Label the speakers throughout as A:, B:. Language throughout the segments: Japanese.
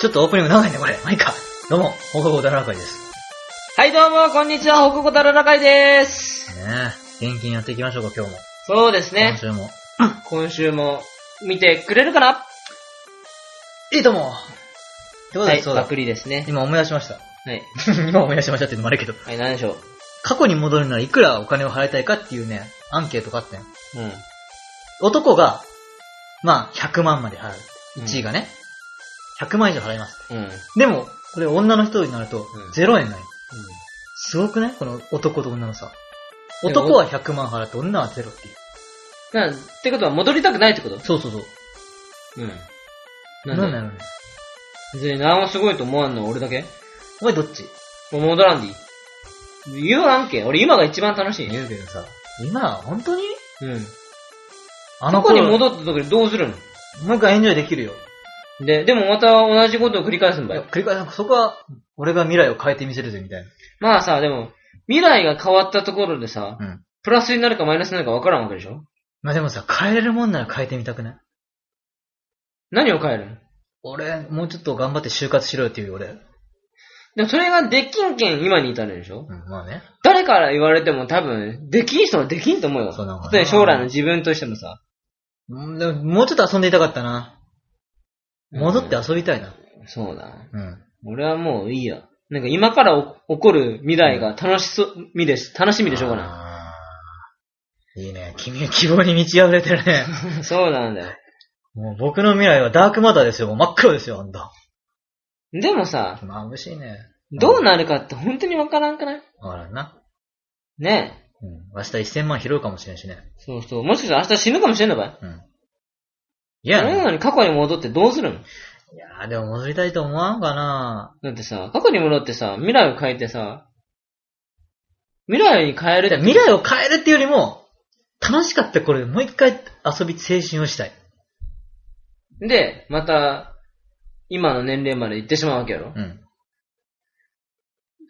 A: ちょっとオープニング長いね、これ。まあ、いいか。どうも、放課後だらかいです。
B: はい、どうも、こんにちは、北国太郎中井です。
A: ねえ、元気にやっていきましょうか、今日も。
B: そうです
A: 今
B: ね。
A: 週も。
B: 今週も、見てくれるかない
A: いともってこと
B: は
A: で
B: い、
A: す、そうだ
B: パ。クリですね。
A: 今思い出しました。
B: はい。
A: 今思い出しましたって言うのもあれけど。
B: はい、何でしょう。
A: 過去に戻るならいくらお金を払いたいかっていうね、アンケートがあってん
B: うん。
A: 男が、まあ、100万まで払う。
B: うん
A: 1位がね、100万以上払います。
B: うん。
A: でも、これ女の人になると
B: ん、
A: 0円になる。すごくねこの男と女の差。
B: でも
A: 男は100万払って女はゼロっていう。
B: なん、ってことは、戻りたくないってこと
A: そうそうそう。
B: うん。
A: なんだろうね。
B: 別に何もすごいと思わんのは俺だけ
A: お前どっち
B: もう戻らんでいい。言わんけ。俺今が一番楽しい。
A: 言うけどさ、今、本当に
B: うん。
A: あ
B: 過
A: の
B: 去に
A: 頃、も
B: 戻った時どうするの
A: う一回エンジョイできるよ。
B: で、でもまた同じことを繰り返すん
A: い
B: だ
A: や
B: よ。
A: 繰り返し、そこは、俺が未来を変えてみせるぜ、みたい
B: まあさ、でも、未来が変わったところでさ、
A: な。うん。
B: プラスになるかマイナスになるか分からんわけでしょ
A: まあでもさ、変えれるもんなら変えてみたくない
B: 何を変えるの
A: 俺、もうちょっと頑張って就活しろよっていう俺。う
B: でもそれができんけん今に至るでしょ
A: ん、まあね。
B: 誰から言われても多分、できん人はできんと思うよ。
A: そうなのかな
B: 例えば将来の自分としてもさ。
A: うんでももうちょっと遊んでいたかったな。戻って
B: うん
A: 遊びたいな。
B: そうだ。
A: うん。
B: 俺はもういいや。なんか今からお起こる未来が楽しそう、みです。楽しみでしょうがな
A: あーいいね。君 は希望に満ち溢れてるね。
B: い。 そうなんだよ。
A: もう僕の未来はダークマターですよ。もう真っ黒ですよ、あんた。
B: でもさ、
A: 眩しいね。
B: どう
A: な
B: なるかって本当に分からんくない
A: わからんな。
B: ね
A: う
B: え。
A: ん。明日1000万拾うかもしれんしね。
B: そうそう。もしかしたら明日死ぬかもしれんのかい
A: うん。いや
B: それなのに過去に戻ってどうする
A: い
B: の
A: やーでも戻りたいと思わんかな
B: だってさ、過去に戻ってさ、未来を変えてさ、未来に変えるって
A: 未来を変えるっていうよりも、楽しかった頃でもう一回遊び、青春をしたい。
B: で、また、今の年齢まで行ってしまうわけやろ。
A: うん。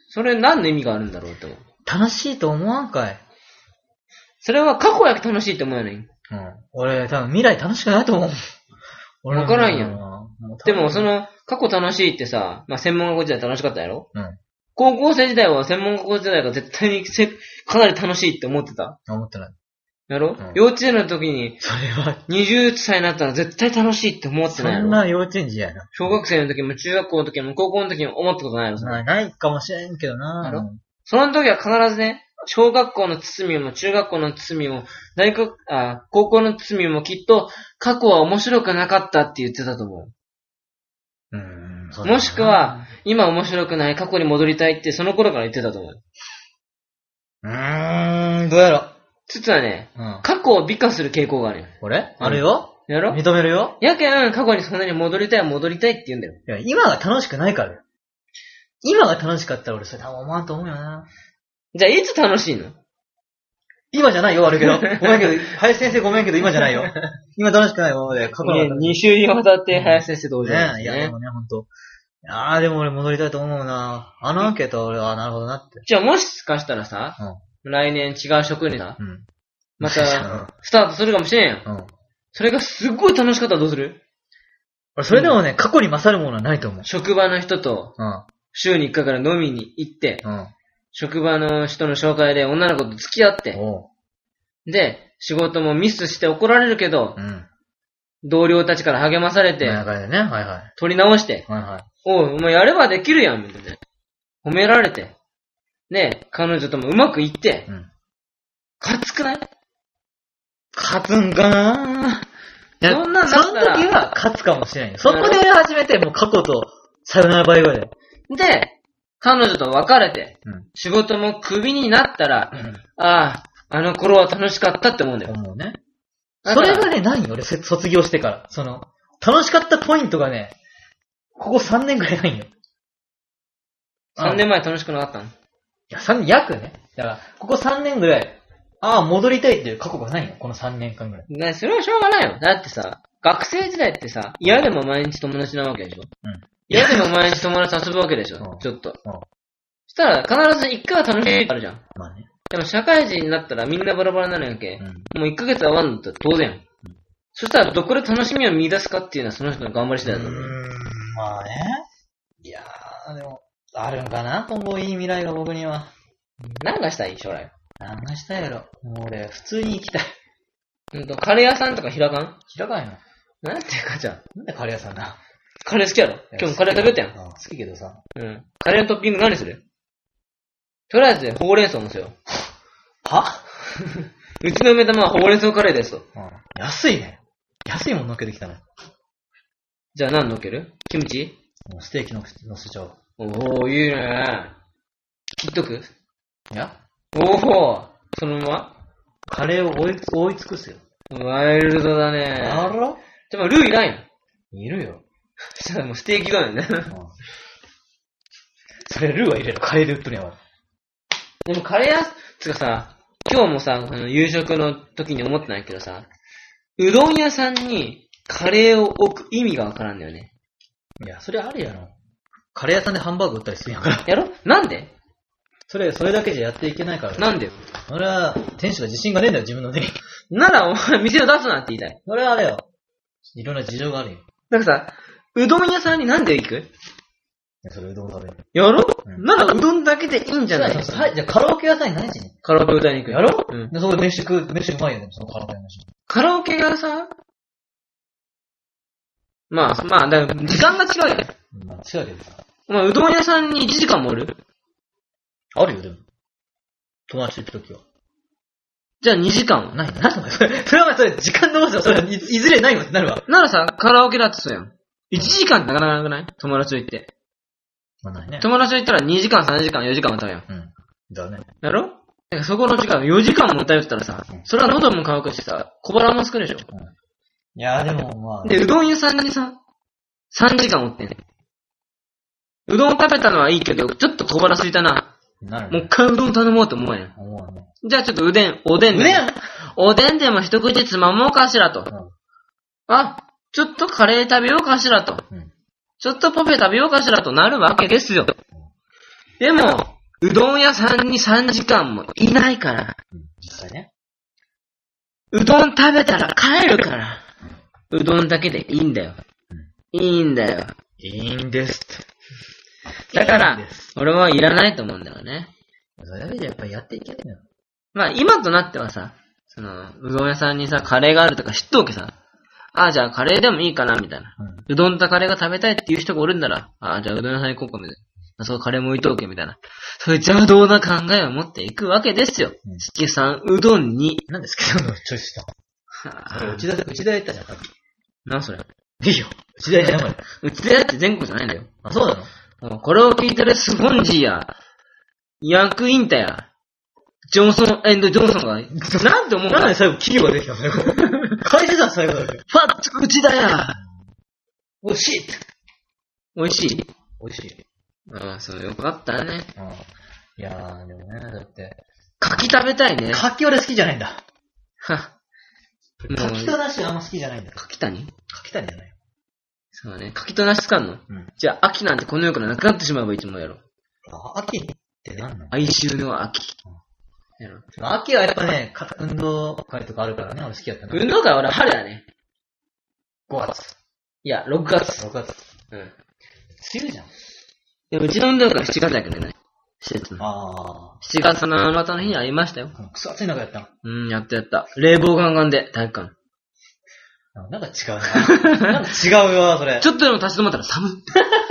B: それ何の意味があるんだろうって思う。
A: 楽しいと思わんかい。
B: それは過去やけ楽しいって思うよね。
A: うん。俺、多分未来楽しくないと思う。俺の未来は
B: わ
A: もう多
B: で
A: 分
B: もその、過去楽しいってさ、まあ、専門学校時代楽しかったやろ
A: うん。
B: 高校生時代は専門学校時代が絶対にせ、 かなり楽しいって思ってた。
A: 思ってない。
B: やろ、
A: うん
B: 幼稚園の時に、
A: それは、
B: 20歳になったら絶対楽しいって思って
A: そ
B: ないや
A: ん
B: ろ
A: な幼稚園児やな。
B: 小学生の時も中学校の時も高校の時も思ったことないやろそれ
A: なないかもしれんけどな
B: だろその時は必ずね、小学校の包みも中学校の包みも、大学、あ、高校の包みもきっと過去は面白くなかったって言ってたと思う。
A: うん。そうだな
B: もしくは、、今面白くない過去に戻りたいってその頃から言ってたと思う。
A: うーん、どうやろ
B: つつはね、
A: う。うん。
B: 過去を美化する傾向があるよ。
A: 俺
B: うん
A: あるよ
B: やろ
A: 認めるよ
B: やけん、過去にそんなに戻りたい戻りたいって言うんだよ。
A: いや、今が楽しくないからよ。今が楽しかったら俺それ多分思わんと思うよな。
B: じゃあ、いつ楽しいの
A: 今じゃないよ、悪 いけど。ごめんけど、林先生ごめんけど今じゃないよ。今楽しくない よ、で、過去の。
B: ?2 週にわたって林先生登場
A: ね
B: で
A: い
B: す
A: や、で
B: ね。
A: もね、ほんと。あー、でも俺戻りたいと思うな。あのアンケートは俺は、なるほどなって。
B: じゃあ、もしかしたらさ、来年違う職にさ、
A: うん。
B: また、スタートするかもしれんよ。
A: うん。うん。
B: それがすっごい楽しかったらどうする
A: 俺、それでもね、過去に勝るものはないと思う。
B: 職場の人と
A: うん。
B: 週に1回から飲みに行って、
A: うん。
B: 職場の人の紹介で女の子と付き合って、
A: おう。
B: で、仕事もミスして怒られるけど
A: う、ん。
B: 同僚たちから励まされ
A: で、
B: て、
A: 中でね、はいはい。
B: 取り直して、
A: はいはい。
B: おう、お前やればできるやん、みたいな。褒められて、で、彼女ともうまくいって
A: う、ん。
B: かつくない
A: 勝つんかないや
B: そんなんだ
A: そ
B: っ
A: の
B: たら
A: 時は勝つかもしれないよ。そこで俺初めてもう過去とさよならバイバイで。
B: で、彼女と別れて、
A: うん。
B: 仕事もクビになったら、ああ、あの頃は楽しかったって思うんだよ。
A: 思うね。
B: だ
A: そ
B: から
A: れがね、ないよ、俺、せ卒業してから。その、楽しかったポイントがね、ここ3年ぐらい ないよ。
B: 3
A: うん
B: 年前楽しくなかったの
A: いや、三約ね。だから、ここ3年ぐらい、ああ、戻りたいっていう過去がないよ、この3年間ぐらい。
B: ね、それはしょうがないよ。だってさ、学生時代ってさ、嫌でも毎日友達なわけでしょ
A: うん。
B: 嫌でも毎日友達と遊ぶわけでしょ、
A: うん
B: ちょっと。
A: うん
B: そしたら、必ず一回は楽しいことあるじゃん。
A: まあね。
B: でも社会人になったらみんなバラバラになるやんけ
A: う。ん。
B: もう一ヶ月会わんのって当然
A: うん。
B: そしたら、どこで楽しみを見出すかっていうのはその人の頑張り次第だと思う。
A: ーん、まあね。いやー、でも、あるんかな今後いい未来が僕には。
B: 何がしたい将来。
A: 何がしたいやろ。もう俺、普通に行きたい。
B: うんと、カレー屋さんとか開かん
A: 開かんよ。
B: なんていうかじゃん。
A: なんでカレー屋さんだ
B: カレー好きやろ今日もカレー食べたやん。
A: 好きけどさ。
B: うん。カレーのトッピング何するとりあえず、ほうれん草のせよ。
A: は
B: うちの梅玉はほうれん草カレーですと。
A: うん。安いね。安いもん乗っけてきたね。
B: じゃあ何乗っけるキムチ
A: もうステーキの乗せちゃおう。
B: おー、いいね切っとく
A: いや
B: おー、そのま
A: カレーを覆い覆い尽くすよ。
B: まワイルドだね
A: ら
B: でもルーいらんよ。
A: いるよ。
B: じゃあもうステーキ丼やね。
A: うんそれルーは入れろ。カレーで売っとるやん。
B: でもカレー屋、つかさ、今日もさ、あの夕食の時に思ってないけどさ、うどん屋さんにカレーを置く意味がわからんだよね。
A: いや、それあるやろ。カレー屋さんでハンバーグ売ったりするやんから。
B: やろなんで
A: それ、それだけじゃやっていけないから。
B: なんでよ
A: 俺は、店主が自信がねえんだよ、自分の手に。
B: ならお前店を出すなって言いたい。
A: 俺はあれよ。いろんな事情があるよ。
B: なんかさ、うどん屋さんになんで行く
A: それうどん食べる。
B: やろ、
A: うん
B: ならうどんだけでいいんじ
A: じ
B: ゃ
A: ゃ
B: な
A: あ、
B: い
A: さはいじゃあカラオケ屋さんに何しに
B: カラオケ歌いに行くよ。
A: やろ
B: うん。
A: で、そこで飯食う、飯うまいよね、そのカラオケの飯。
B: カラオケがさ、まあ、まあ、だから時間が違うよね。
A: うんまあ、違うけどさ。
B: お前、うどん屋さんに1時間もおる
A: あるよ、でも。友達と行くときは。
B: じゃあ2時間はない。
A: ないな、それ。それそれはお前、それ、時間伸ばすよ。そ れい、いずれないもんってなるわ。
B: ならさ、カラオケだってそうやん。1時間ってなかなかなくない友達と行って。
A: まあ、ないね。
B: 友達と行ったら2時間、3時間、4時間歌うやん。
A: うん。だね。
B: やろなんかそこの時間、4時間も歌うって言ったらさ
A: うん、
B: それは喉も乾くしさ、小腹もすくでしょ。
A: いやでも、まあ。
B: で、うどん屋さんにさ、3時間おってん。うどんを食べたのはいいけど、ちょっと小腹空いたな。
A: なる
B: もう
A: ね。
B: 一回うどん頼もうと思うやん。
A: 思うね。
B: じゃあちょっとうでん、おでんで。
A: うでん
B: おでんでも一口つまもうかしらと。
A: ん
B: あ、ちょっとカレー食べようかしらと。
A: うん
B: ちょっとパフェ食べようかしらとなるわけですよ。でも、うどん屋さんに3時間もいないから。
A: うん。実際ね。
B: うどん食べたら帰るから。うどんだけでいいんだよ。いいんだよ。
A: いいんですって。
B: だから
A: いいんです、
B: 俺はいらないと思うんだよね。
A: それだけじゃやっぱりやっていけないのよ。
B: まあ、今となってはさ、その、うどん屋さんにさ、カレーがあるとか知っとうけさ。ああ、じゃあカレーでもいいかな、みたいな。
A: うん。
B: うどんとカレーが食べたいっていう人がおるんなら、ああ、じゃあうどん屋さん行こうか、みたいな。あそう、カレーも置いとうけ、みたいな。そういう邪道な考えを持っていくわけですよ。
A: うん
B: 七三うどんに。
A: なんです けど、チョイスした。それ、内田、内田やったじゃん、さっき。
B: なんそれ。
A: いいよ。内田やったよ、これ
B: うちでやって全国じゃないんだよ。
A: あ、そうなの
B: もうこれを聞いてるスポンジや、役員だや、ジョンソンエンドジョンソンが、なんて思う
A: なん
B: か
A: で最後、企業ができたの最後。返してた、最後だけ。
B: ファッチ口だや
A: おいしいって。
B: 美味しい
A: おいしい。
B: ああ、そう、よかったね。
A: うん。いやー、でもね、だって。
B: 柿食べたいね。
A: 柿俺好きじゃないんだ。
B: は、もう
A: 柿となしあんま好きじゃないんだ。
B: 柿谷
A: 柿谷じゃない。
B: そうね。柿と梨使う
A: う
B: の
A: ん。
B: じゃあ、秋なんてこの世からなくなってしまえばいいと思うやろ。
A: あ、秋ってなんなの
B: 哀愁の秋。やろ。
A: 秋はやっぱね、か運動会とかあるからね、俺好きやったな。
B: 運動会は俺春だね。
A: 5月。
B: いや、6月。
A: 6月。
B: うん。
A: 梅雨じゃん。
B: でもうちの運動会は7月だけどね。7月の。
A: あ
B: 7月の七夕の日にありましたよ。
A: あ。くそ暑い中やったの
B: うん、やったやった。冷房ガンガンで、体育館。
A: あなんか違うな。なんか違うよ、それ。
B: ちょっとでも立ち止まったら寒っ。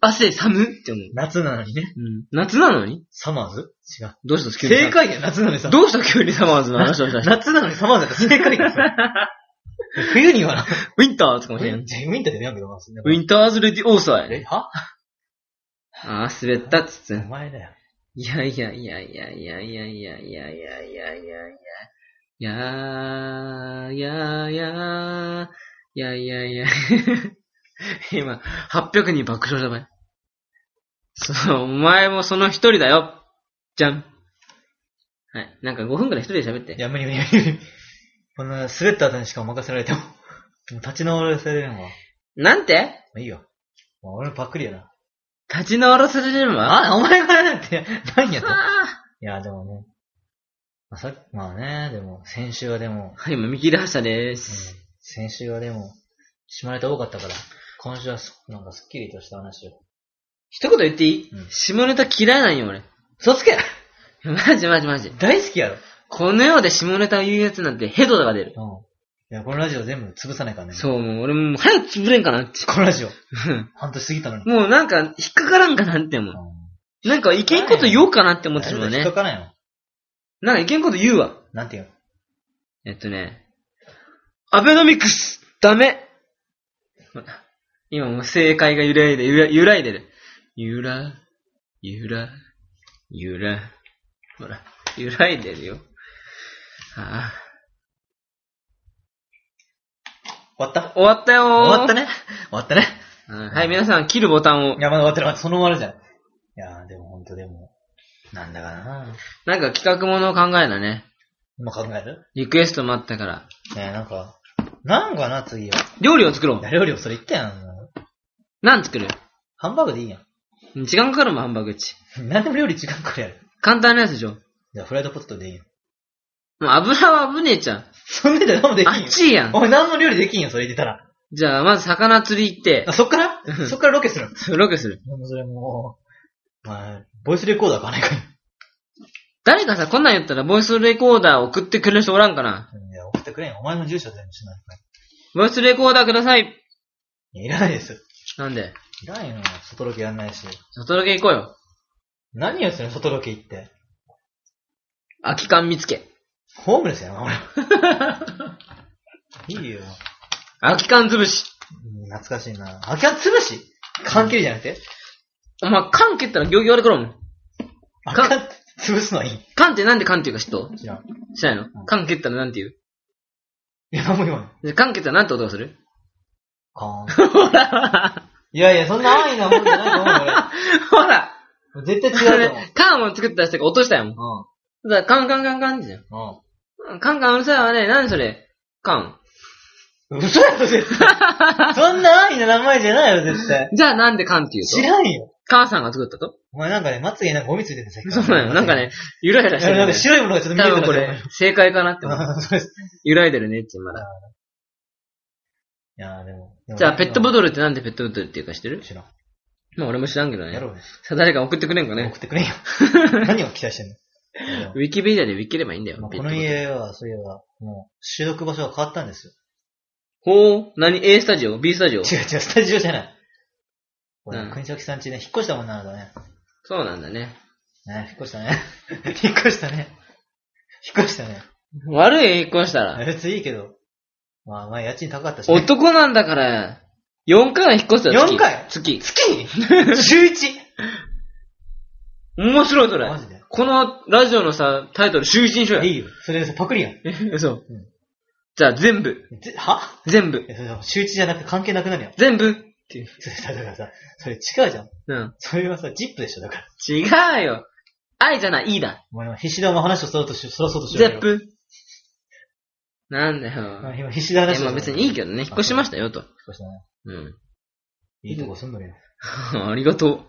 B: 汗寒っって思う。
A: 夏なのにね。
B: うん。夏なのに
A: サマーズ違う。
B: どうした急に。
A: 正解だよ、夏なのにさ。
B: どうした急にサマーズの 話をした人
A: 夏なのにサマーズやったら正解だよ。それ冬にはな。
B: ウィンターズかも
A: ウ
B: しれん。ウ
A: ィンターでやんだよ、まずね
B: ィンターズレディオーサーや
A: え
B: ね。
A: は
B: ああ、滑ったっつって
A: お。前だよ。
B: いやいやいやいやいやいやいやいやいやいやいやいや。いやー、いやー、いやー、いやいやいや。今、800人爆笑した場合。そう、お前もその一人だよ。じゃん。はい。なんか5分くらい一人で喋って
A: い。や、無理無理無理。こんな滑った後にしか任せられても、もう立ち直らせれるのは、ま
B: なんて
A: あいいよ。まあ、俺のパックリやな。
B: 立ち直らせれるわ。
A: あ、お前がなんて、何やった
B: はい
A: や、でもね。まあ、さまあね、でも、先週はでも、
B: い、今見切り発車で
A: うん
B: す。
A: 先週はでも、しまれて多かったから。今週はすなんかスッキリとした話を。
B: 一言言っていい、
A: うん
B: 下ネタ嫌いなんよ、俺。
A: 嘘 つけ
B: マジマジマジ。
A: 大好きやろ。
B: この世で下ネタを言うやつなんてヘドが出る。
A: うん。いや、このラジオ全部潰さないからね。う。
B: そう、もう俺もう早く潰れんかなって。
A: このラジオ、
B: うん
A: 半年過ぎたのに。
B: もうなんか、引っかからんかなって思う。なんか、いけんこと言おうかなって思ってしまう
A: 引っか
B: ね。
A: かないの。
B: なんか、いけんこと言うわ。
A: なんていうの
B: えっとね、アベノミクスダメ 今もう正解が揺らいで、揺ら揺らいでる。揺ら、揺ら、揺ら、ほら、揺らいでるよ。あ
A: 終わった
B: あ終わったよー
A: 終わったね。終わった ね。
B: うんはい、皆さん、切るボタンを
A: い。や、まだ終わってる。まだそのままあるじゃん。いやー、でもほんとでも、なんだかな
B: なんか企画ものを考えたね。
A: 今考える
B: リクエストもあったから。
A: ねえ、なんか、なんかな、次は。
B: 料理を作ろう。
A: 誰よりもそれ言ったやん。
B: 何作る
A: ハンバーグでいいや
B: 時間かかるもん、ハンバーグっち。
A: ん。 なんでも料理時間かかるやろ。
B: 簡単なやつでしょ。
A: じゃあ、フライドポテトでいいよ。
B: もう油は危ねえじゃん。
A: そんなんじゃ何もでき
B: あ
A: ん
B: っ
A: よ。
B: ちいやん
A: お。前何も料理できんよ、それ言ってたら。
B: じゃあ、まず魚釣り行って
A: あ、、そっから
B: うん
A: そっからロケするの
B: ロケする。
A: でもそれもう、まあ、ボイスレコーダー買わないかい。
B: 誰かさ、こんなん言ったらボイスレコーダー送ってくれる人おらんかない
A: や、送ってくれんよ。お前の住所全部しないか
B: ボイスレコーダーください
A: い。いや、いらないです。
B: なんで
A: いらないの。外ロケやんないし。
B: 外ロケ行こうよ。
A: 何をするの、外ロケ行って。
B: 空き缶見つけ。
A: ホームレスやな、俺。いいよ。
B: 空き缶潰し。
A: うん懐かしいな。空き缶潰し缶切りじゃなくて
B: お前、缶蹴ったら行儀悪くろもん。
A: 空き缶潰すのはいい。
B: 缶ってなんで缶っていうか知っと
A: 知らん。
B: 知らないの
A: ん
B: 缶蹴ったらなんて言う
A: いや、何も言わない。
B: で缶蹴ったらなんて音がする
A: 缶
B: ほら
A: いやいや、そんな安易なもんじゃないと思うよ
B: ほら
A: 俺。絶
B: そ
A: 対違うと
B: れ缶を作った人が落としたやもん。
A: 思
B: だから、カンカンカンカンってじゃん。
A: う。うん。
B: カンカンうるさいわね。何それ缶。
A: うん。嘘やろ、絶 対。そんな安易な名前じゃないよ、絶対。
B: じゃあなんで缶って言
A: 知
B: うと
A: らんよ。
B: 母さんが作ったと
A: お前なんかね、まつげなんかゴミついてるさっきか
B: そ
A: ら
B: うなの。なんかね、ゆらゆらし
A: いや
B: てる
A: な
B: よ
A: ん
B: ね、
A: か白いものがちょっと見え
B: 多
A: て
B: 分
A: る
B: これ、正解かなって思う。
A: そうです。
B: 揺らいでるねって、まだ。
A: いやーでも。
B: じゃあ、ペットボ
A: ル。
B: トルってなんでペットボトルっていうか知ってる
A: 知らん。
B: まあ俺も知らんけど
A: や
B: ね
A: ろ。うよ
B: さあ誰か送ってくれんかね
A: 送。ってく れんよ。何を期待してんの
B: ウィキペディアでウィキればいいんだ
A: ま
B: よ
A: あ。
B: ペッ
A: この
B: トボトル
A: 家は、そういえば、もう、収録場所が変わったんですよ。
B: ほう、何 ?A スタジオ ?B スタジオ
A: 違う違う、スタジオじゃない。これ
B: うん、
A: 国崎さん家ね、引っ越したもんなんだね。
B: そうなんだね。
A: ね、引っ越したね。 引っ越したね。引っ越したね。
B: 悪い、引っ越したら。
A: 別にいいけど。まあ、前家賃高かったしね。
B: 男なんだから、4回は引っ越すよ。月
A: 4回
B: 月。
A: 月に週 1!
B: 面白い、それ
A: マ。ジで。
B: このラジオのさ、タイトル、週一にしようよ。
A: いいよ。それさ、パクリやん。
B: 嘘
A: うん。
B: じゃあ、全部。
A: ぜは
B: 全部
A: い。やそれ週1じゃなくて関係なくなるよ。
B: 全部っていう。
A: それさ、だからさ、それ違うじゃん。
B: うん。
A: それはさ、ジップでしょ、だから。
B: 違うよ。愛じゃない、いいだ。
A: お前今必死でお前話をそろうとし、そらそうとし
B: ゼ
A: ようよ
B: ッ。プ。なんだ
A: お
B: よ。
A: 前今必死で話
B: い
A: を
B: や、まあ別にいいけどね、引っ越しましたよ、と。
A: ど。したね
B: うん。
A: いいとこ住んどるよ。
B: ありがとう。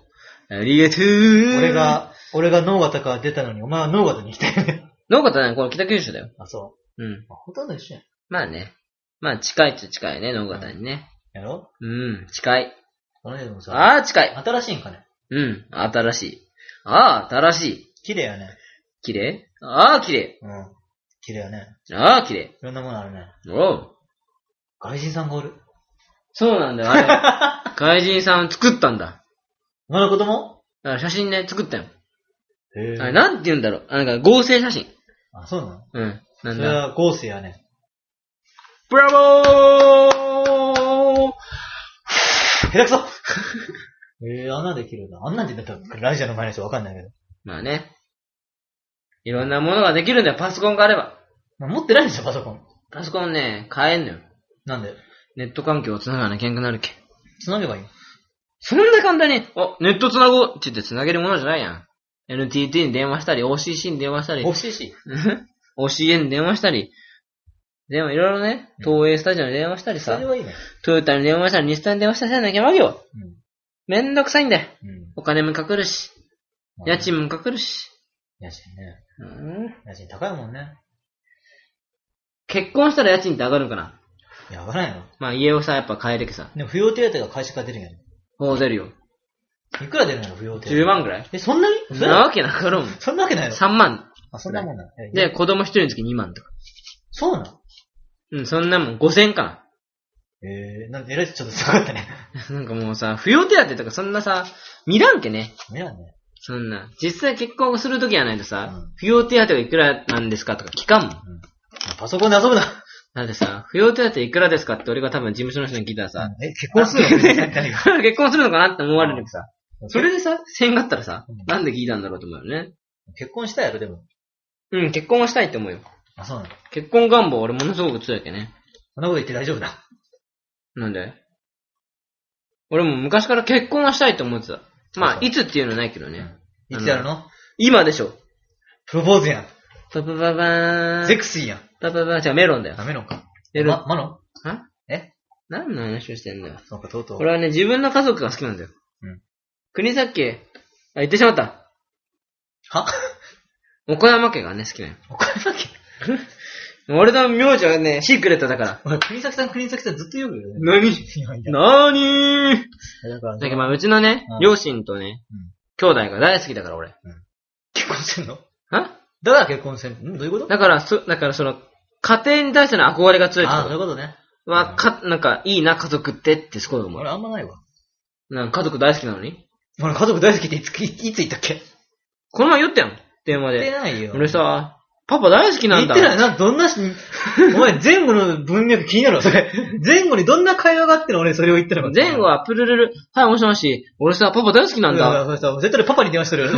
B: ありがとう。
A: 俺。が、俺が脳型から出たのに、お前は脳型に来たよね。
B: どうかとね、これ北九州だよ。
A: あ、そ
B: うん
A: う。。まあ、ほとんど一緒やん。
B: まあね。まあ近いっちゃ近いね、農方にね。
A: やろ
B: うん、近い。
A: この人もさ、
B: ああ、近い。
A: 新しいんかね。
B: うん、新しい。ああ、新しい。
A: 綺麗やね。
B: 綺麗ああ、綺麗。
A: うん。綺麗やね。
B: ああ、綺麗。
A: いろんなものあるね。
B: おう。
A: 外人さんがおる。
B: そうなんだよ、あ れ。外人さん作ったんだ。
A: お前の子供
B: だから写真ね、作ったよ。
A: へ
B: あれ、なんて言うんだろう。あなんか合成写真。
A: あ、そうな
B: うん。
A: の
B: なん
A: そ
B: だ
A: れ。は合成やね。
B: ブラボー
A: 下手くそ えー、あんなんできるんだ。あんなんで、だってラジオの前の人わかんないけど。
B: まあね。いろんなものができるんだよ、パソコンがあれば。
A: まあ持ってないんでしょ、パソコン。
B: パソコンね、買えんのよ。
A: なんで
B: ネット環境を繋がなきゃいけなくなるけ。
A: 繋げばいい
B: そんな簡単に、あ、ネット繋ごうって言って繋げるものじゃないやん。NTT に電話したり、OCC に電話したり、
A: ?OCC?
B: OCN に電話したり、電話いろいろね、東映スタジオに電話したり
A: そ
B: さ
A: れ、はいいね。
B: トヨタに電話したり、日産に電話したりせなきゃいけないわけよ。
A: うん。
B: めんどくさいんだよ。
A: うん。
B: お金もかかるし、
A: まあ
B: 家。賃もかかるし。
A: 家賃ね。
B: うん
A: 家賃高いもんね。
B: 結婚したら家賃って上がるんかな
A: やばないの
B: まあ家をさ、やっぱ変えてけさ。
A: でも扶養手当が会社から出るんやろ。
B: もう出るよ。
A: いくら出るのよ、扶養手当。
B: 10万ぐらい
A: え、そんなにそん
B: な
A: な
B: わけなかろうもん。
A: そんなわけないの
B: 3万。
A: あ、そんなもんなの。え
B: で、、子供1人の時2万とか。
A: そうなの
B: うん、そんなもん5000かな。
A: えー、なんで、えらいちょっと下がったね。
B: なんかもうさ、扶養手当とかそんなさ、見らんけね。
A: ダメだね。
B: そんな。実際結婚するときやないと
A: う
B: さ
A: ん、
B: 扶養手当がいくらなんですかとか聞かんもん。
A: パソコンで遊ぶな。
B: だってさ、扶養手当いくらですかって俺が多分事務所の人に聞いたらさ、
A: え、結婚するの何が
B: 結婚するのかなって思われるけどさ、それでさ、せんがったらさ
A: うん、
B: なんで聞いたんだろうと思うよね。
A: 結婚したやろ、でも。
B: うん、結婚はしたいって思うよ。
A: あ、そうなの。
B: 結婚願望俺ものすごく強いけね。
A: そんなこと言って大丈夫だ。
B: なんで俺も昔から結婚はしたいと思ってた。まあ、
A: そう
B: いつっていうのはないけどね。
A: いつやるの
B: 今でしょ。
A: プロポーズやん。
B: パパパパーン。
A: ゼクシーやん。
B: パパパーン。違う、メロンだよ。
A: ダメのか。
B: メロン。
A: ま、マロ
B: あ
A: え
B: 何の話をしてんだよ。
A: ンそうか、とうとう。
B: 俺はね、自分の家族が好きなんだよ。
A: うん。
B: 国崎家、あ、言ってしまった。
A: は
B: 岡山家がね、好きなの。
A: お金だっけ
B: 俺の名字はね、シークレットだから。
A: 俺、国崎さん、国崎さんずっと言うけどね。
B: なに
A: いやいや。
B: なにー
A: だから、
B: だけどまあ、うちのね
A: うん、
B: 両親とね
A: うん、
B: 兄弟が大好きだから、俺。
A: 結婚せんの
B: あ
A: だから結婚せん。んどういうこと
B: だから、そ、だからその、家庭に対しての憧れが強いって
A: あそ
B: こ
A: ういうことね。
B: と。まあ、か、なんか、いいな、家族ってってすごい思う。
A: 俺、あんまないわ。
B: なんか家族大好きなのに。
A: 俺、家族大好きっていつ、いいつ言ったっけ
B: この前言ったやん、電話
A: 言って
B: で。
A: ないよ。
B: 俺さ、パパ大好きなんだ。
A: 言ってない。なんどんなし、 お前前後の文脈気になるわ、それ。前後にどんな会話があっての俺それを言ってなかった。
B: 前後はプルルル、はい、もしもし、俺さ、パパ大好きなん
A: いや
B: だ。
A: いやそれさ絶対パパに電話して るよ。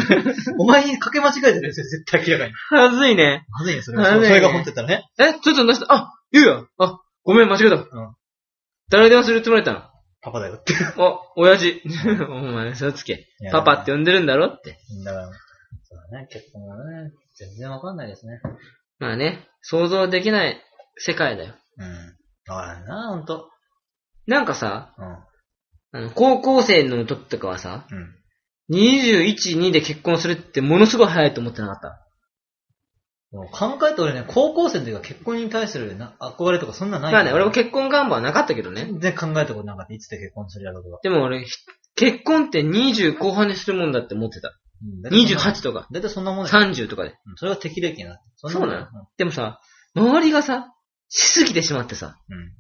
A: お前にかけ間違えてるよ、それ絶対明らかに。
B: はずいね。
A: まずいよ、それ。
B: まずい
A: そ
B: ね
A: れが本当だったらね。
B: え、ちょっと出した、あ、言うよ。あ、ごめん、間違えた。
A: ん
B: 誰に電話するつもりだった
A: パパだよって。
B: のあ、親父。 お前、嘘つけ。 パパって呼んでるんだろって。
A: だから、そうだね、結婚はね、全然わかんないですね。
B: まあね、想像できない世界だよ。
A: うん。だからな、ほんと。
B: なんかさ、
A: うん。
B: あの高校生の時とかはさ、
A: うん。
B: 21、2で結婚するってものすごい早いと思ってなかった。
A: もう考えて俺ね、高校生の時は結婚に対するな憧れとかそんなない
B: まあね、俺も結婚願望はなかったけどね。
A: 全然考えたことなかった。いつで結婚するやろうとか。
B: でも俺、ひ結婚って20後半でするもんだって思ってた。
A: うん
B: 28とか、
A: だいたいそんなもんだよ。
B: 30とかで。
A: うんそれが適齢期な。そんもんだよ
B: でもさ、周りがさ、しすぎてしまってさ、
A: うん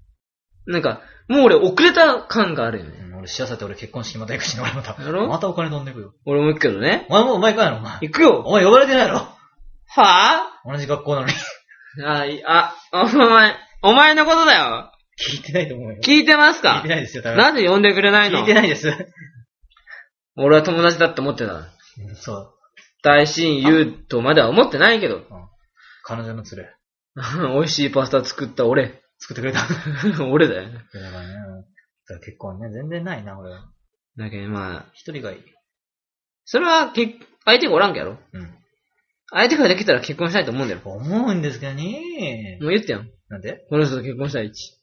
B: なんか、もう俺遅れた感があるよ
A: う
B: ね。
A: ん。俺幸せって俺結婚式また行くしね、俺また。
B: やろ
A: またお金飛んでくよ。
B: 俺も行くけどね。
A: お前もうまいかんやろ、お前。
B: 行くよ
A: お前呼ばれてないやろ。
B: は
A: 同じ学校なのに。
B: ぁあ、いあ、お前、お前のことだよ
A: 聞いてないと思うよ。
B: 聞いてま
A: 聞
B: す
A: い
B: か
A: てないですよ、多分。
B: なんで呼んでくれない
A: 聞
B: の
A: いてないです。う
B: 俺は友達だって思ってた。
A: んそう。
B: 大親友とまでは思ってないけど。
A: 彼女の連れ。
B: 美味しいパスタ作った俺。
A: 作ってくれた。だか
B: 俺だよ。
A: らね、だから結婚ね、全然ないな、俺は。
B: だけどまあ、
A: 一人がいい。
B: それは結、相手がおらんけやろ
A: うん。
B: 相手ができたら結婚したいと思うんだよ。
A: 思うんですけどね。
B: もう言ってよ。
A: なんで
B: この人と結婚したいち。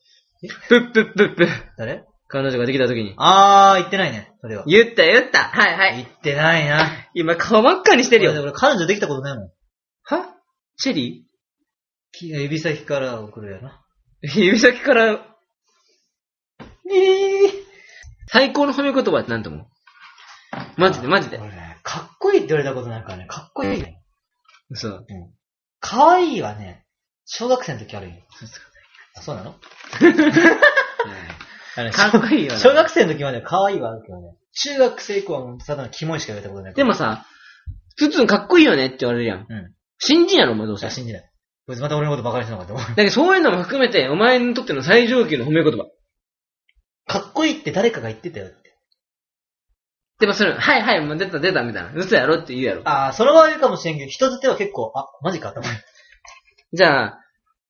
B: ぷっぷっぷっぷ。
A: 誰
B: 彼女ができた時に。
A: あー、言ってないね、それは。
B: 言った言ったはいは
A: 言
B: い。
A: ってないな。
B: 今顔真っ赤にしてる
A: 俺
B: よ。
A: 俺彼女できたことないもん。
B: はチェリ
A: き指先から送るやな。
B: ー指先から、
A: ええ
B: 最高の褒め言葉って何と思うマジでマジで。
A: 俺ね、かっこいいって言われたことないからね、かっこいいね。
B: 嘘。
A: かわいいはね、小学生の時あるよ。あ、そうなの
B: かっこいいよな。
A: 小学生の時までは可愛いはあるけどね。中学生以降はもうただのキモいしか言われたことないか
B: で
A: ら。
B: もさ、つつんかっこいいよねって言われるやん。
A: うん
B: 新人やろ、お前どうせ。
A: 信じない。こいつまた俺のことバカにしてんのかって思う。
B: だけどそういうのも含めて、お前にとっての最上級の褒め言葉。
A: かっこいいって誰かが言ってたよって。
B: でもそれ、はいはい、もう出た出たみたいな。嘘やろって言うやろ。
A: ああ、その場合言うかもしれんけど、人づては結構、あ、マジかと思う。
B: じゃあ、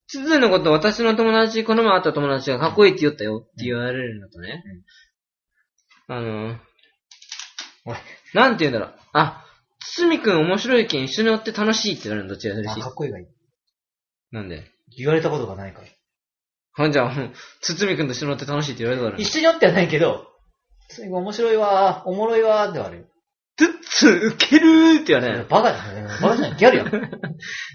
B: つつんのこと私の友達、この前会った友達がかっこいいって言ったよって言われるのとね。あのー、
A: おい
B: なんて言うんだろう。あ、つつみくん面白いけん一緒に乗って楽しいって言われるのどっちが嬉
A: あ、
B: しい
A: かっこいいがいい。
B: なんで
A: 言われたことがないから。
B: ほんじゃ、もうつつみくんと一緒に乗って楽しいって言われたから。
A: 一緒におってはないけど、つい面白いわー、おもろいわーではあるよ。
B: つっつんウケるーって言われる。
A: バカだね。バカじゃない。ギャルやん。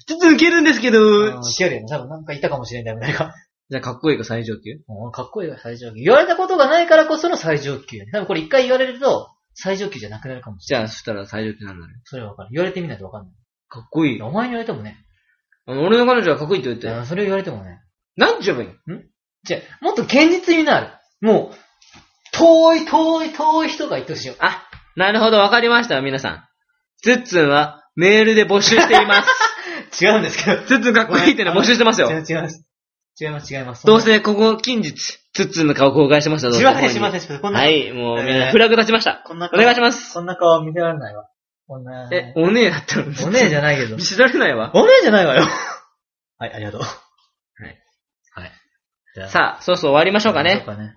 B: つつんウケるんですけどー
A: うんギャルやん。多分なんかいたかもしれんだよ、誰か。
B: じゃあ、かっこいいが最上級
A: もうかっこいいが最上級。言われたことがないからこその最上級やね。多分これ一回言われると、最上級じゃなくなるかもしれない。
B: じゃあ、そしたら最上級なんだね。
A: それはわかる。言われてみないとわかんない。
B: かっこいい。
A: お前に言われてもね。
B: あの俺の彼女はかっこいいって言って
A: あそれ言われてもね。
B: なんて言えばいいの
A: じゃあもっと現実味のある。もう、遠い遠い遠い人が言ってほしいよ。
B: あ、なるほど、わかりました、皆さん。ツッツンはメールで募集して います。
A: 違うんですけど。
B: ツッツンかっこいいっての募集してます
A: 違
B: よ。
A: う違います。違います、違います。
B: どうせここ近日、ツッツンの顔公開してました、ど
A: し
B: うせ
A: ません、しませ
B: ん。
A: ん、しません。こんな、
B: はい、もうみん
A: え
B: な
A: ー
B: フラグ立ちました。
A: こんな
B: お
A: 顔
B: 願いします。
A: こんな顔見せられないわ。こんな。
B: え、おねえだったの
A: お姉じゃないけど
B: 見。せられないわ。
A: お姉じゃないわよ。 はい、ありがとう。はい。はい。じゃあ
B: さあ、そうそう終わりましょうかね。
A: どうかね。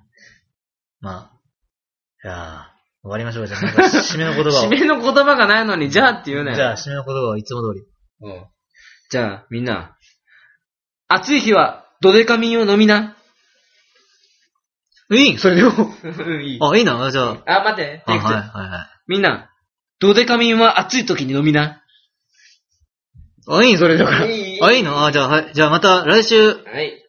A: まあ。じゃあ、終わりましょうか。じ ゃあ、なんか締めの言葉を。
B: 締めの言葉がないのに、じゃあって言うなよ。
A: じゃあ、締めの言葉はいつも通り。
B: うんじゃあ、みんな、暑い日はドデカミンを飲みな。
A: いいそれでよ。
B: うんいい
A: あ、いいな。じゃあ、
B: あ、待って、
A: あ
B: テイクツー
A: はい、はい、はい。
B: みんな、ドデカミンは暑い時に飲みな。
A: あ、いいそれだから。
B: いい
A: あ、いいのあ、じゃあ、はい。じゃあ、また来週。
B: はい。